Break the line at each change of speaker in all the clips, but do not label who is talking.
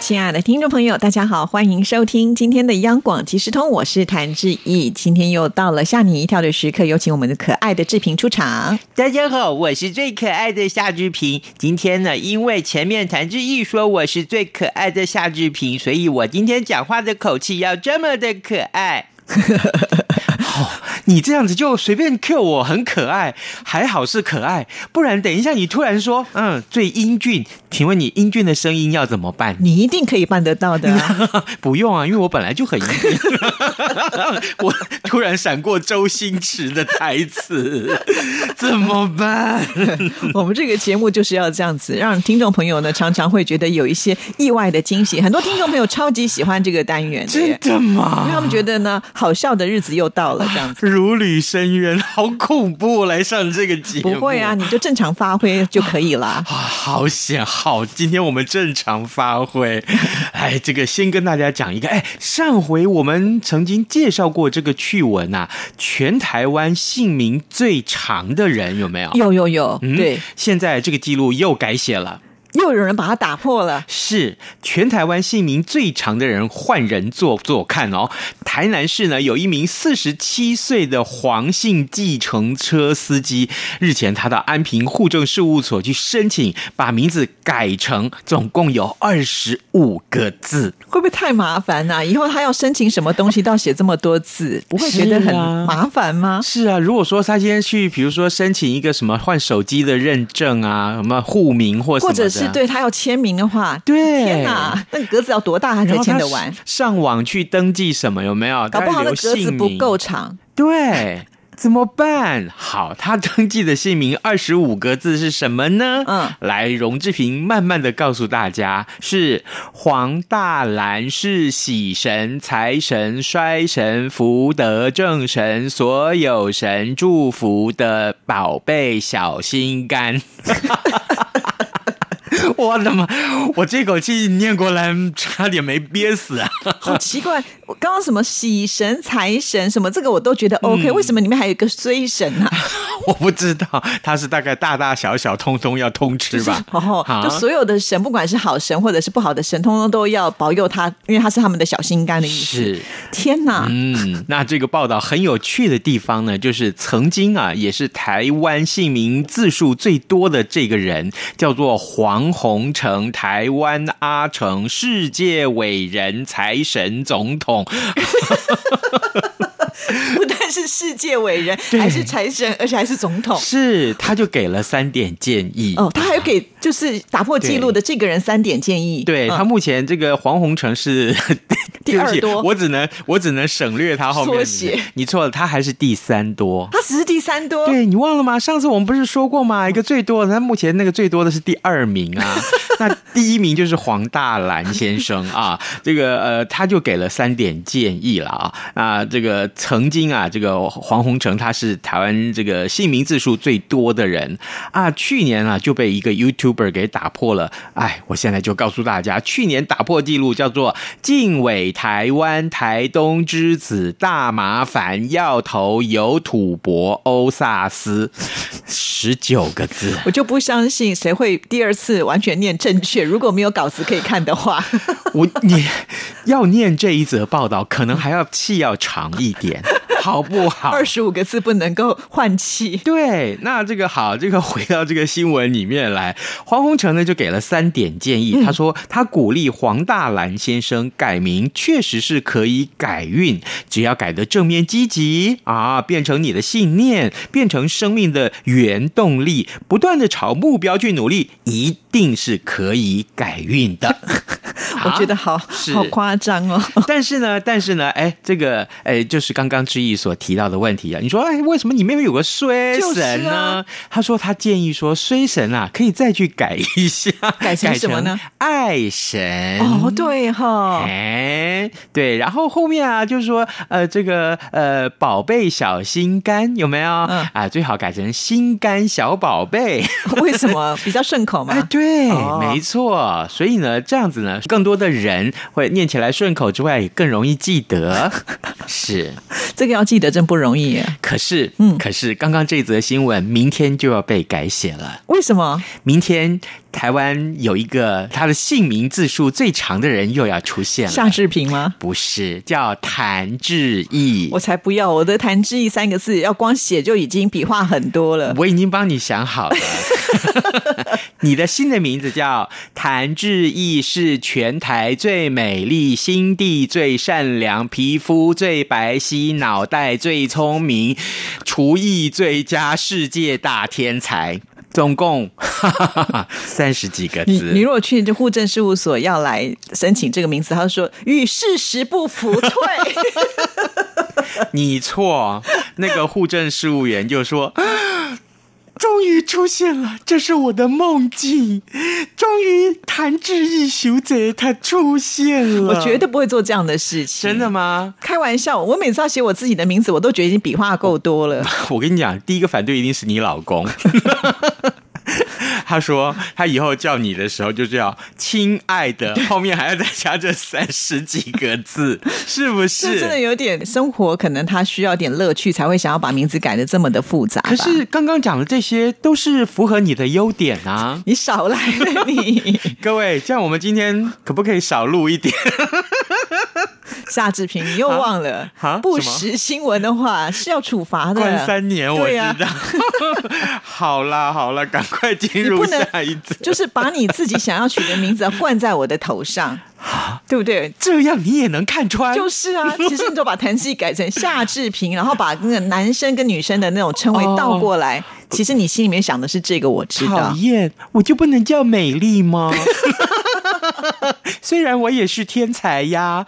亲爱的听众朋友，大家好，欢迎收听今天的央广即时通，我是谭志毅。今天又到了吓你一跳的时刻，有请我们的可爱的志平出 场。
大家好，我是最可爱的夏志平。今天呢，因为前面谭志毅说我是最可爱的夏志平，所以我今天讲话的口气要这么的可爱。哦，你这样子就随便 Q 我，很可爱，还好是可爱，不然等一下你突然说，嗯，最英俊，请问你英俊的声音要怎 么办？
你一定可以办得到的、啊。
不用啊，因为我本来就很英俊。我突然闪过周星驰的台词， 怎么办？
我们这个节目就是要这样子，让听众朋友呢常常会觉得有一些意外的惊喜。很多听众朋友超级喜欢这个单元的
真
耶，
的啊
因为他
吗？
们觉得呢，好笑的日子又到了，这
哎
样子。
如履深渊，好恐怖！来上这个节目，
不会啊，你就正常发挥就可以了。
啊，好险！好，今天我们正常发挥。哎，这个先跟大家讲一个，哎，上回我们曾经介绍过这个趣闻啊，全台湾姓名最长的人有没有？
有有有，
嗯
对，，
现在这个记录又改写了。
又有人把它打破了。
是全台湾姓名最长的人换人做做看哦。台南市呢有一名四十七岁的黄姓计程车司机，日前他到安平户政事务所去申请，把名字改成总共有二十五个字。
会不会太麻烦呐、以后他要申请什么东西，都要写这么多 字，不会觉得很
是啊
麻烦吗？
是啊，如果说他今天去，比如说申请一个什么换手机的认证啊，什么户名或什
或
么的，啊
者是对他要签名的话，
对
天哪，那格子要多大他才
然后
签
他
得完？
上网去登记什么有没有？
搞不好
他
那
留
格子
姓
不
名
够 长，
对，怎么办？好，他登记的姓名二十五个字是什么呢？
嗯，
来，荣志平慢慢的告诉大家，是黄大兰，是喜神、财神、衰神、福德正神，所有神祝福的宝贝小心肝。我的妈！我这口气念过来，差点没憋死啊！
好奇怪。我刚刚什么喜神、财神什么，这个我都觉得
嗯
OK，、为什么里面还有一个衰神啊？
我不知道，他是大概大大小小通通要通吃吧？
然后
好
就所有的神，不管是好神或者是不好的神，通通都要保佑他，因为他是他们的小心肝的意思。
是，
天哪！
嗯，那这个报道很有趣的地方呢，就是曾经啊，也是台湾姓名字数最多的这个人，叫做黄宏成，台湾阿成，世界伟人，财神总统，嗯
不但是世界伟人，
对
还是财神，而且还是总统。
是，他就给了三点建议。
哦，他还给就是打破记录的这个人三点建议。
对
嗯
他目前这个黄宏成是
第二
对不起
多
我只能我只能省略他后面
缩
的
写。
你错了，他还是第三多。
他只是第三多。
对你忘了吗？上次我们不是说过吗？一个最多的，他目前那个最多的是第二名啊。那第一名就是黄大兰先生啊，这个呃，他就给了三点建议了啊。那这个曾经啊，这个黄宏成他是台湾这个姓名字数最多的人啊，去年啊就被一个 YouTuber 给打破了。哎，我现在就告诉大家，去年打破记录叫做“晋伟台湾台东之子大麻烦要头有土伯欧萨斯”，十九个字。
我就不相信谁会第二次完全念正确。如果没有稿子可以看的话，
我你要念这一则报道，可能还要气要长一点，好不 好
二？十五个字不能够换气。
对，那这个好，这个回到这个新闻里面来，黄宏成呢就给了三点建议。他说，他鼓励黄大兰先生改名，确实是可以改运，只要改得正面积极啊，变成你的信念，变成生命的原动力，不断的朝目标去努力，一定是可以改运的。
我觉得好
是
好夸张哦。
但是呢，但是呢，哎，这个哎，就是刚刚志毅所提到的问题啊。你说，哎，为什么里面有个衰神
就是
呢？
啊
他说他建议说，衰神啊，可以再去改一下，
改成什么呢？
爱神
哦，。对哈，
哎，对，然后后面啊，就是说，呃，这个呃，宝贝小心肝有没有？
嗯
啊，最好改成心肝小宝贝。
为什么比较顺口嘛
哎，？对，
哦
没错。所以呢，这样子呢，更多的人会念起来顺口之外，也更容易记得。 是，
这个要记得真不容易耶，
可是，
嗯
可是刚刚这则新闻，明天就要被改写了。
为什么？
明天台湾有一个他的姓名字数最长的人又要出现了。
夏志平吗？
不是叫谭志毅，
我才不要！我的“谭志毅”三个字，要光写就已经笔画很多了。
我已经帮你想好了，你的新的名字叫谭志毅，是全台最美丽、心地最善良、皮肤最白皙、脑袋最聪明、厨艺最佳、世界大天才。总共三十几个
你你
字，
如果去户政事务所要来申请这个名词，他就说与事实不符， 退。
你错。那个户政事务员就说：“啊终于出现了，这是我的梦境。终于，谭志毅小姐她出现了。”
我绝对不会做这样的事情。
真的吗？
开玩笑，我每次要写我自己的名字，我都觉得已经笔画够多了。
我跟你讲，第一个反对一定是你老公。 他说他以后叫你的时候就是要“亲爱的”，后面还要再加这三十几个字， 是不
这真的
是？
有点生活，可能他需要点乐趣，才会想要把名字改的这么的复杂吧。
可是刚刚讲的这些都是符合你的优点啊，
你少来了 你，
各位，这样我们今天可不可以少录一点？
夏志平，你又忘了
啊啊
不
什么
实新闻的话是要处罚的，
关三年，我
对啊
知
呀
道。 好啦好啦，赶快进
你
入
不能
下一则。
就是把你自己想要取的名字啊 灌在我的头 上，对不对？
这样你也能看穿，
就是啊， 其实你就把谭系改成夏志平，然后把那个男生跟女生的那种称谓倒过来。其实你心里面想的是这个，我知
讨
道。
厌，我就不能叫美丽吗？虽然我也是天才呀，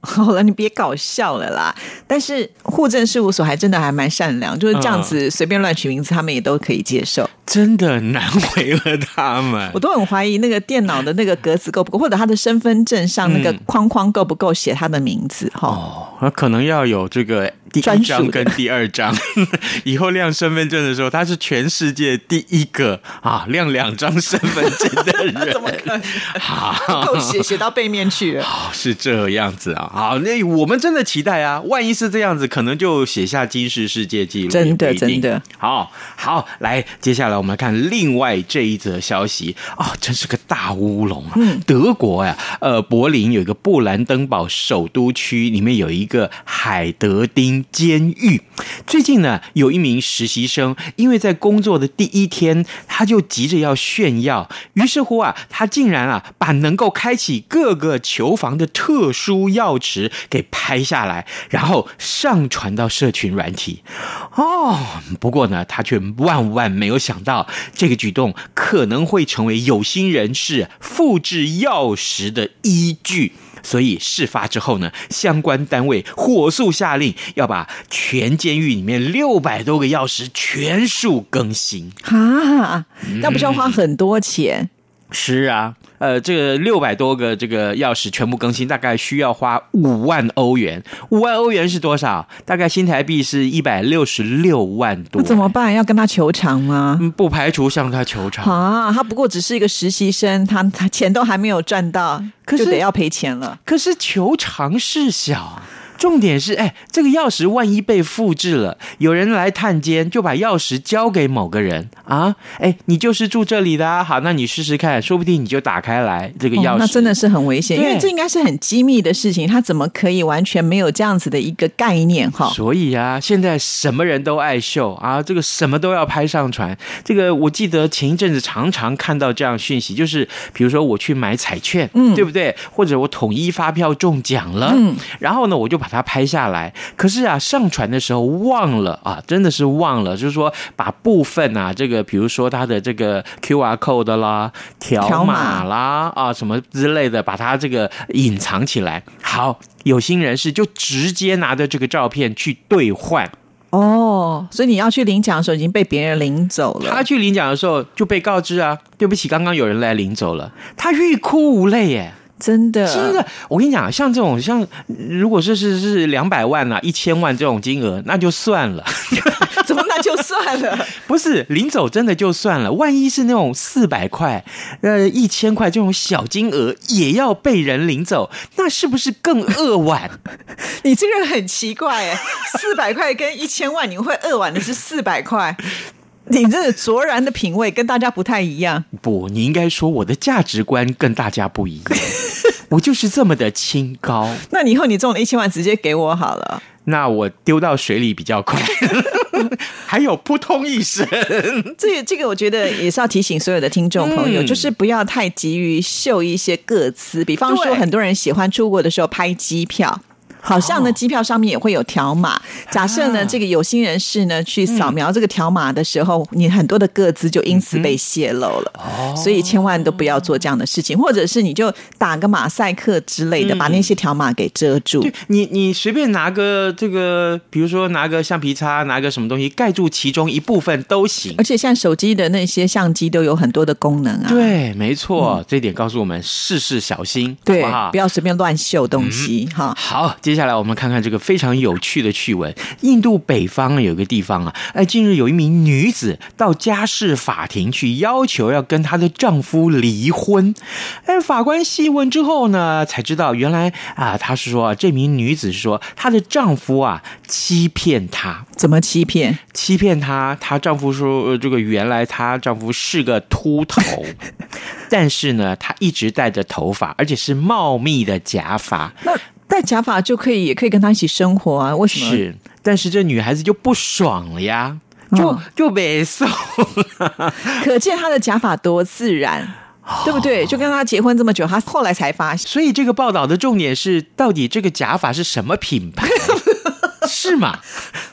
好了，你别搞笑了啦。但是户政事务所还真的还蛮善良，就是这样子随便乱取名字，他们也都可以接受。
真的难为了他们
我。都很怀疑那个电脑的那个格子够不够，或者他的身份证上那个框框够不够写他的名字哈。
哦，那可能要有这个第一
专属
章
的
跟第二章。 以后亮身份证的时候，他是全世界第一个啊亮两张身份证的人。怎么可能？ 好，
够写写到背面去了，
哦，是这样子啊，好，那我们真的期待啊，万一是这样子，可能就写下金氏世界纪录，
真的
也不一定
真的，
好好来，接下来我们来看另外这一则消息啊、真是个大乌龙啊！德国呀、呃，柏林有一个布兰登堡首都区，里面有一个海德丁监狱。最近呢，有一名实习生因为在工作的第一天，他就急着要炫耀，于是乎啊，他竟然啊，把能够开启各个囚房的特殊钥匙给拍下来，然后上传到社群软体。哦，不过呢，他却万万没有想到，这个举动可能会成为有心人士复制钥匙的依据。所以事发之后呢，相关单位火速下令要把全监狱里面六百多个钥匙全数更新。
啊，那不是要花很多钱？
是啊，呃，这个六百多个这个钥匙全部更新，大概需要花五万欧元。五万欧元是多少？大概新台币是一百六十六万
那
多。
怎么办？要跟他求偿吗？
嗯，不排除向他求偿。
啊，他不过只是一个实习生，他他钱都还没有赚到，
可是
就得要赔钱了。
可是求偿事小啊，重点是，哎，这个钥匙万一被复制了，有人来探监，就把钥匙交给某个人啊，哎，你就是住这里的、啊，好，那你试试看，说不定你就打开来这个钥匙。
哦那真的是很危险，因
对
为这应该是很机密的事情，他怎么可以完全没有这样子的一个概念哈？
所以啊，现在什么人都爱秀啊，这个什么都要拍上传。这个我记得前一阵子常常看到这样讯息，就是比如说我去买彩券，嗯，对不对？或者我统一发票中奖了，嗯，然后呢，我就把它拍下来。可是啊，上传的时候忘了啊，真的是忘了，就是说把部分啊，这个比如说它的这个 Q R code 啦、条
条
码
码
啦啊什么之类的，把它这个隐藏起来。好，有心人士就直接拿着这个照片去兑换。
哦，所以你要去领奖的时候已经被别人领走
他
了。
去领奖的时候就被告知啊，对不起，刚刚有人来领走了。他欲哭无泪耶。
真的，
真的，我跟你讲，啊像这种像如果是是是两百万啊、一千万这种金额，那就算了。
怎么那就算了？
不是临走真的就算了，万一是那种四百块、呃一千块这种小金额也要被人领走，那是不是更扼腕？
你这个人很奇怪哎，四百块跟一千万，你会扼腕的是四百块。你这卓然的品味跟大家不太一样，
不，你应该说我的价值观跟大家不 一样，我就是这么的清高。
那你以后你中了一千万，直接给我好了。
那我丢到水里比较 快，还有扑通一声。
这这个我觉得也是要提醒所有的听众朋友，
嗯
就是不要太急于秀一些个资，比方说
对
很多人喜欢出国的时候拍机票。好像呢，
哦
机票上面也会有条码。假设呢，
啊
这个有心人士呢去扫描这个条码的时候，你很多的个资就因
嗯
此被泄露了。
哦
所以千万都不要做这样的事情，或者是你就打个马赛克之类的，把那些条码给遮住。
嗯对你，你随便拿个这个，比如说拿个橡皮擦，拿个什么东西盖住其中一部分都行
而。且现在手机的那些相机都有很多的功能啊，
对，没错，这一点告诉我们事事小心，
对
好不好
不？要随便乱秀东西哈。
好，接下来我们看看这个非常有趣的趣闻。印度北方有一个地方啊，哎，近日有一名女子到家事法庭去要求要跟她的丈夫离婚。哎，法官细问之后呢，才知道原来啊，她是说啊这名女子是说她的丈夫啊欺骗她。
怎么欺骗？
欺骗她，她丈夫说，呃，这个原来她丈夫是个秃头，但是呢，她一直戴着头发，而且是茂密的假发。
那戴假发就可以，也可以跟他一起生活啊？为什么？
是，但是这女孩子就不爽了呀，就、
嗯
就被送。
可见他的假发多自然，对不
哦
对？就跟他结婚这么久，他后来才发现。
所以这个报道的重点是，到底这个假发是什么品牌？ 是吗？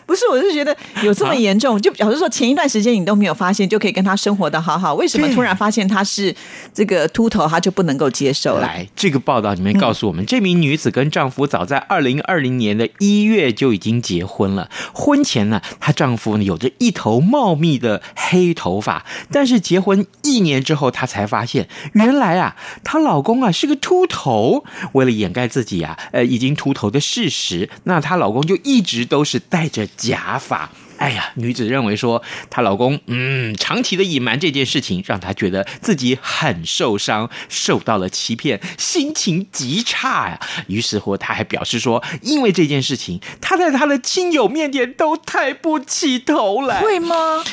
不是，我是觉得有这么严重，就表示说前一段时间你都没有发现，就可以跟他生活的好好，为什么
对
突然发现他是这个秃头，他就不能够接受了？
来，这个报道里面告诉我们，这名女子跟丈夫早在二零二零年的一月就已经结婚了。婚前呢，她丈夫呢有着一头茂密的黑头发，但是结婚一年之后，她才发现，原来啊，她老公啊是个秃头。为了掩盖自己啊，呃，已经秃头的事实，那她老公就一直都是戴着假发。哎呀，女子认为说她老公嗯长期的隐瞒这件事情，让她觉得自己很受伤，受到了欺骗，心情极差呀、于是乎，她还表示说，因为这件事情，她在她的亲友面前都抬不起头来。
会吗？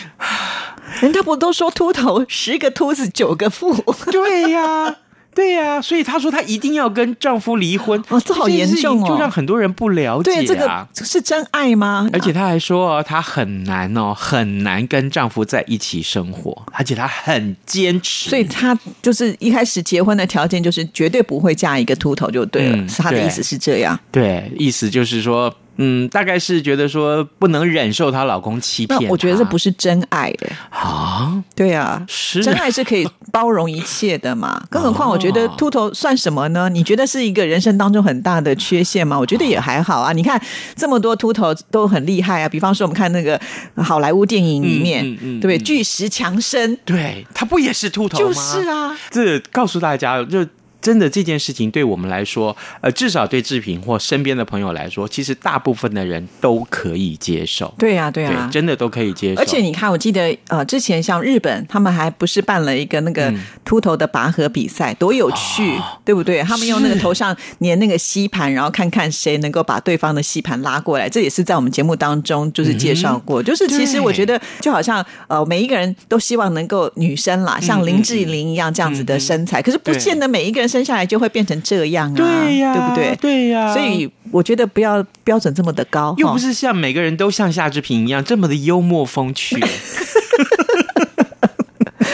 人家不都说秃头十个秃子九个富？
啊对呀、 对呀、所以她说她一定要跟丈夫离婚。
哦这好
件事
严重
情就
哦
让很多人不了解、啊。
对，这个是真爱吗？
而且她还说哦，她很难哦，很难跟丈夫在一起生活，而且她很坚持。
所以她就是一开始结婚的条件就是绝对不会嫁一个秃头就对了，
嗯
是她的
对
意思是这样。
对，意思就是说，嗯，大概是觉得说不能忍受她老公欺
那
骗她。
我觉得这不是真爱、欸，
啊，
对啊，
是
真爱是可以包容一切的 嘛。更何况，
哦
我觉得秃头算什么呢？你觉得是一个人生当中很大的缺陷吗？我觉得也还好啊。你看这么多秃头都很厉害啊，比方说我们看那个好莱坞电影里面，
嗯嗯嗯
对不对？
嗯
巨石强森
对，她不也是秃头
就
吗？
是啊，
这告诉大家，就真的这件事情对我们来说，呃，至少对志平或身边的朋友来说，其实大部分的人都可以接受。
对啊，对啊，
真的都可以接受。
而且你看，我记得呃，之前像日本，他们还不是办了一个那
嗯
个秃头的拔河比赛，多有趣，
啊
对不对？他们用那个头上粘那个吸盘，然后看看谁能够把对方的吸盘拉过来。这也是在我们节目当中就是介绍
嗯
过，就是其实
对
我觉得就好像呃，每一个人都希望能
嗯
够女生啦，像林志玲一样这样子的身材，可是不
对
见得每一个人生下来就会变成这样啊，
对呀、
对不对？
对呀、
所以我觉得不要标准这么的高，
又
哈
不是像每个人都像夏志平一样这么的幽默风趣。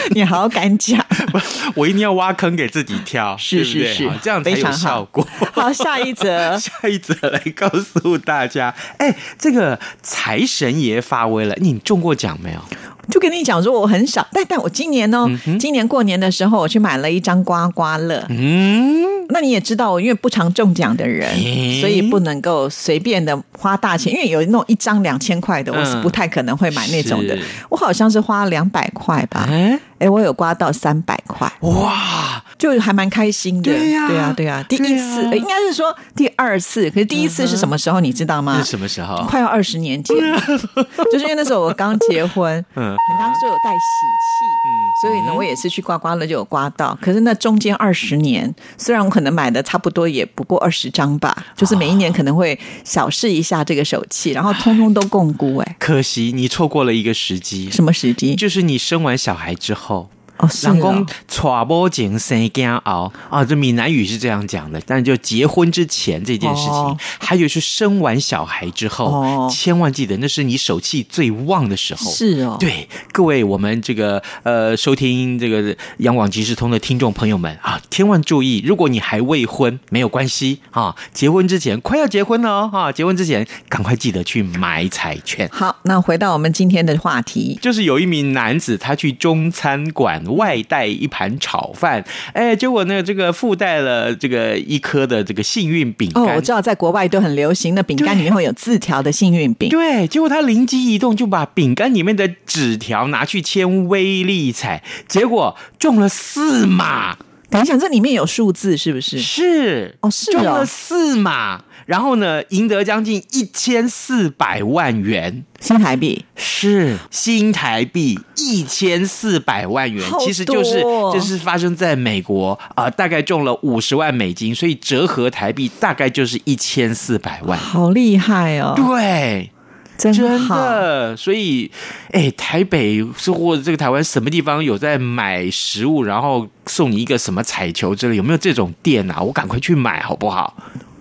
你好敢讲，
我一定要挖坑给自己跳，
是
对不对
是是
好这样才
非
有
常好
效果。
好下一则
下一则来告诉大家，哎，这个财神爷发威了，你中过奖没有？
就跟你讲说我很少，但但我今年哦，今年过年的时候我去买了一张刮刮乐，
嗯，
那你也知道，我因为不常中奖的人
诶，
所以不能够随便的花大钱，因为有那种一张两千块的，
嗯
我是不太可能会买那种的
是。
我好像是花两百块吧，
哎，
哎，我有刮到三百块，
哇，
就还蛮开心的。
对呀
对啊，对啊，第
对
一
呀
次，呃应该是说第二次，可是第一次是什么时候，你知道吗
是？什么时候？
快要二十年前， 就是因为那时候我刚结婚，
嗯
很当时有带喜气。所以呢，我也是去刮刮乐就有刮到。可是那中间二十年，虽然我可能买的差不多也不过二十张吧，就是每一年可能会小试一下这个手气，然后通通都共估哎、
可惜你错过了一个时机，
什么时机？
就是你生完小孩之后。
哦，是
人
哦
讲，娶某前生惊熬啊，这闽南语是这样讲的。但就结婚之前这件事情，
哦
还有是生完小孩之后，
哦
千万记得那是你手气最旺的时候。
是哦，
对各位，我们这个呃收听这个央广即时通的听众朋友们啊，千万注意，如果你还未婚，没有关系啊，结婚之前快要结婚了哦哈、啊，结婚之前赶快记得去买彩券。
好，那回到我们今天的话题，
就是有一名男子，他去中餐馆外带一盘炒饭，哎，结果呢，这个附带了这个一颗的这个幸运饼
哦，
干。
我知道在国外都很流行的饼干里面会有字条的幸运饼，
对，结果他灵机一动，就把饼干里面的纸条拿去签威力彩，结果中了四码，
等一下，这里面有数字是不是？
是
哦是哦
中了四码，然后呢，赢得将近一千四百万元。
新台币
是新台币一千四百万元
好，多哦
其实就是这是发生在美国啊、呃大概中了五十万美金，所以折合台币大概就是一千四百万。
好厉害哦，
对，
啊真
真
好。
的，所以，哎，台北是或者这个台湾什么地方有在买食物，然后送你一个什么彩球之类，有没有这种店啊？我赶快去买好不好？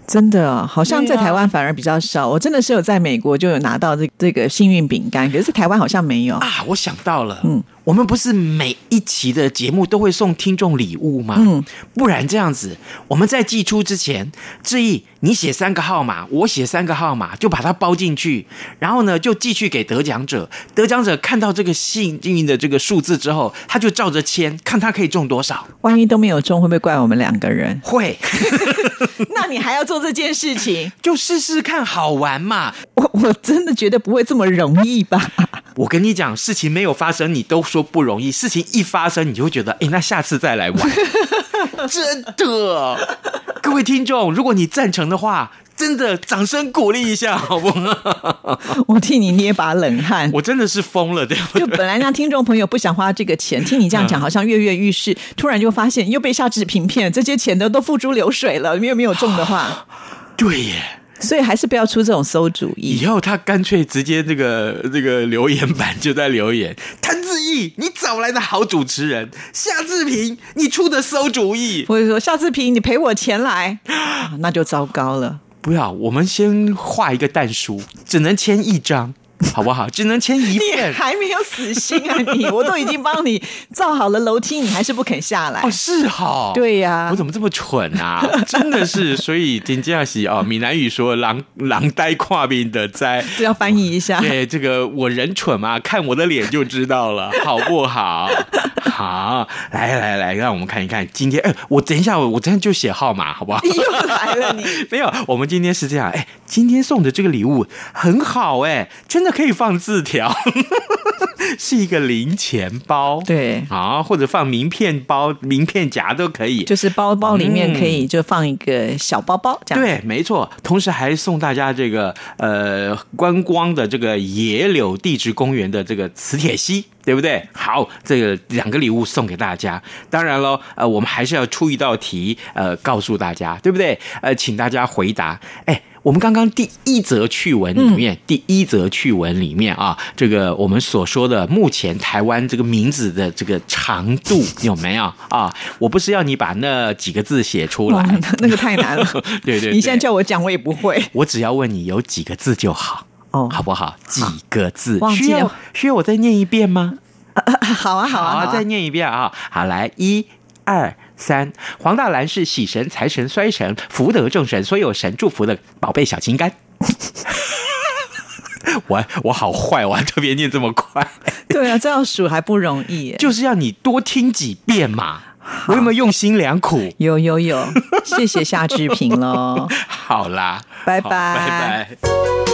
真的，好像在
对啊
台湾反而比较少。我真的是有在美国就有拿到这这个幸运饼干，可是台湾好像没有。
啊，我想到了，
嗯
我们不是每一期的节目都会送听众礼物吗？
嗯，
不然这样子，我们在寄出之前，志毅你写三个号码，我写三个号码，就把它包进去，然后呢就寄去给得奖者。得奖者看到这个幸运的这个数字之后，他就照着签，看他可以中多少。？
万一都没有中，会不会怪我们两个人
会
那你还要做这件事情？
就试试看，好玩嘛！
我我真的觉得不会这么容易吧？
我跟你讲，事情没有发生，你都说不容易；事情一发生，你就会觉得，哎，那下次再来 玩。真的，各位听众，如果你赞成的话，真的掌声鼓励一下，好不 好？
我替你捏把冷汗。
我真的是疯了，对不
就
对？
本来让听众朋友不想花这个钱，听你这样 讲，好像跃跃欲试，突然就发现又被下制品骗，这些钱都都付诸流水了。没有没有中的 话，
对耶，
所以还是不要出这种馊主意。
以后他干脆直接这个这个留言板就在留言，谭志毅，你找来的好主持人，夏志平，你出的馊主意。
或者说夏志平，你赔我钱来，啊那就糟糕了。
不要，我们先画一个蛋书，只能签一张，好不好？只能签一
你
份。
还没有死心啊你！我都已经帮你造好了楼梯，你还是不肯下来
哦，。是哈，、
对呀、
我怎么这么蠢啊？ 真的是，所以金佳喜哦，闽南语说“狼狼呆跨病的灾
这要翻译一”， 下。
对这个我人蠢嘛，看我的脸就知道了，好不好？ 好，来来来，让我们看一看今天。哎，我等一下，我真的就写号码，好不好？
又来了你，
没有，我们今天是这样，哎，今天送的这个礼物很好，哎，真的可以放字条， 是一个零钱包，
对，
啊，或者放名片包、名片夹都可以，
就是包包里面可以就放一个小包包这样。
对，没错。同时还送大家这个呃观光的这个野柳地质公园的这个磁铁吸，对不对？好，这个两个礼物送给大家。当然喽，呃，我们还是要出一道题，呃，告诉大家，对不对？呃，请大家回答。哎。我们刚刚第一则趣闻里面，第一则趣闻里面啊，这个我们所说的目前台湾这个名字的这个长度有没有啊？我不是要你把那几个字写出来
哇，，那个太难了。
对对对
你现在叫我讲，我也不会。
我只要问你有几个字就好，
哦
好不好？几个字？
忘
需
记了
要需要我再念一遍吗？
好啊，好啊，好
再
啊！
念一遍啊！好，来，一、二、三。黄大兰是喜神、财神、衰神、福德众神所有神祝福的宝贝小金刚。 我我好坏，我还特别念这么快，
对啊，这样数还不容易耶。
就是要你多听几遍嘛。我有没有用心良苦？
有 有有，谢谢夏志平喽。
好啦，
拜
好
拜
拜拜。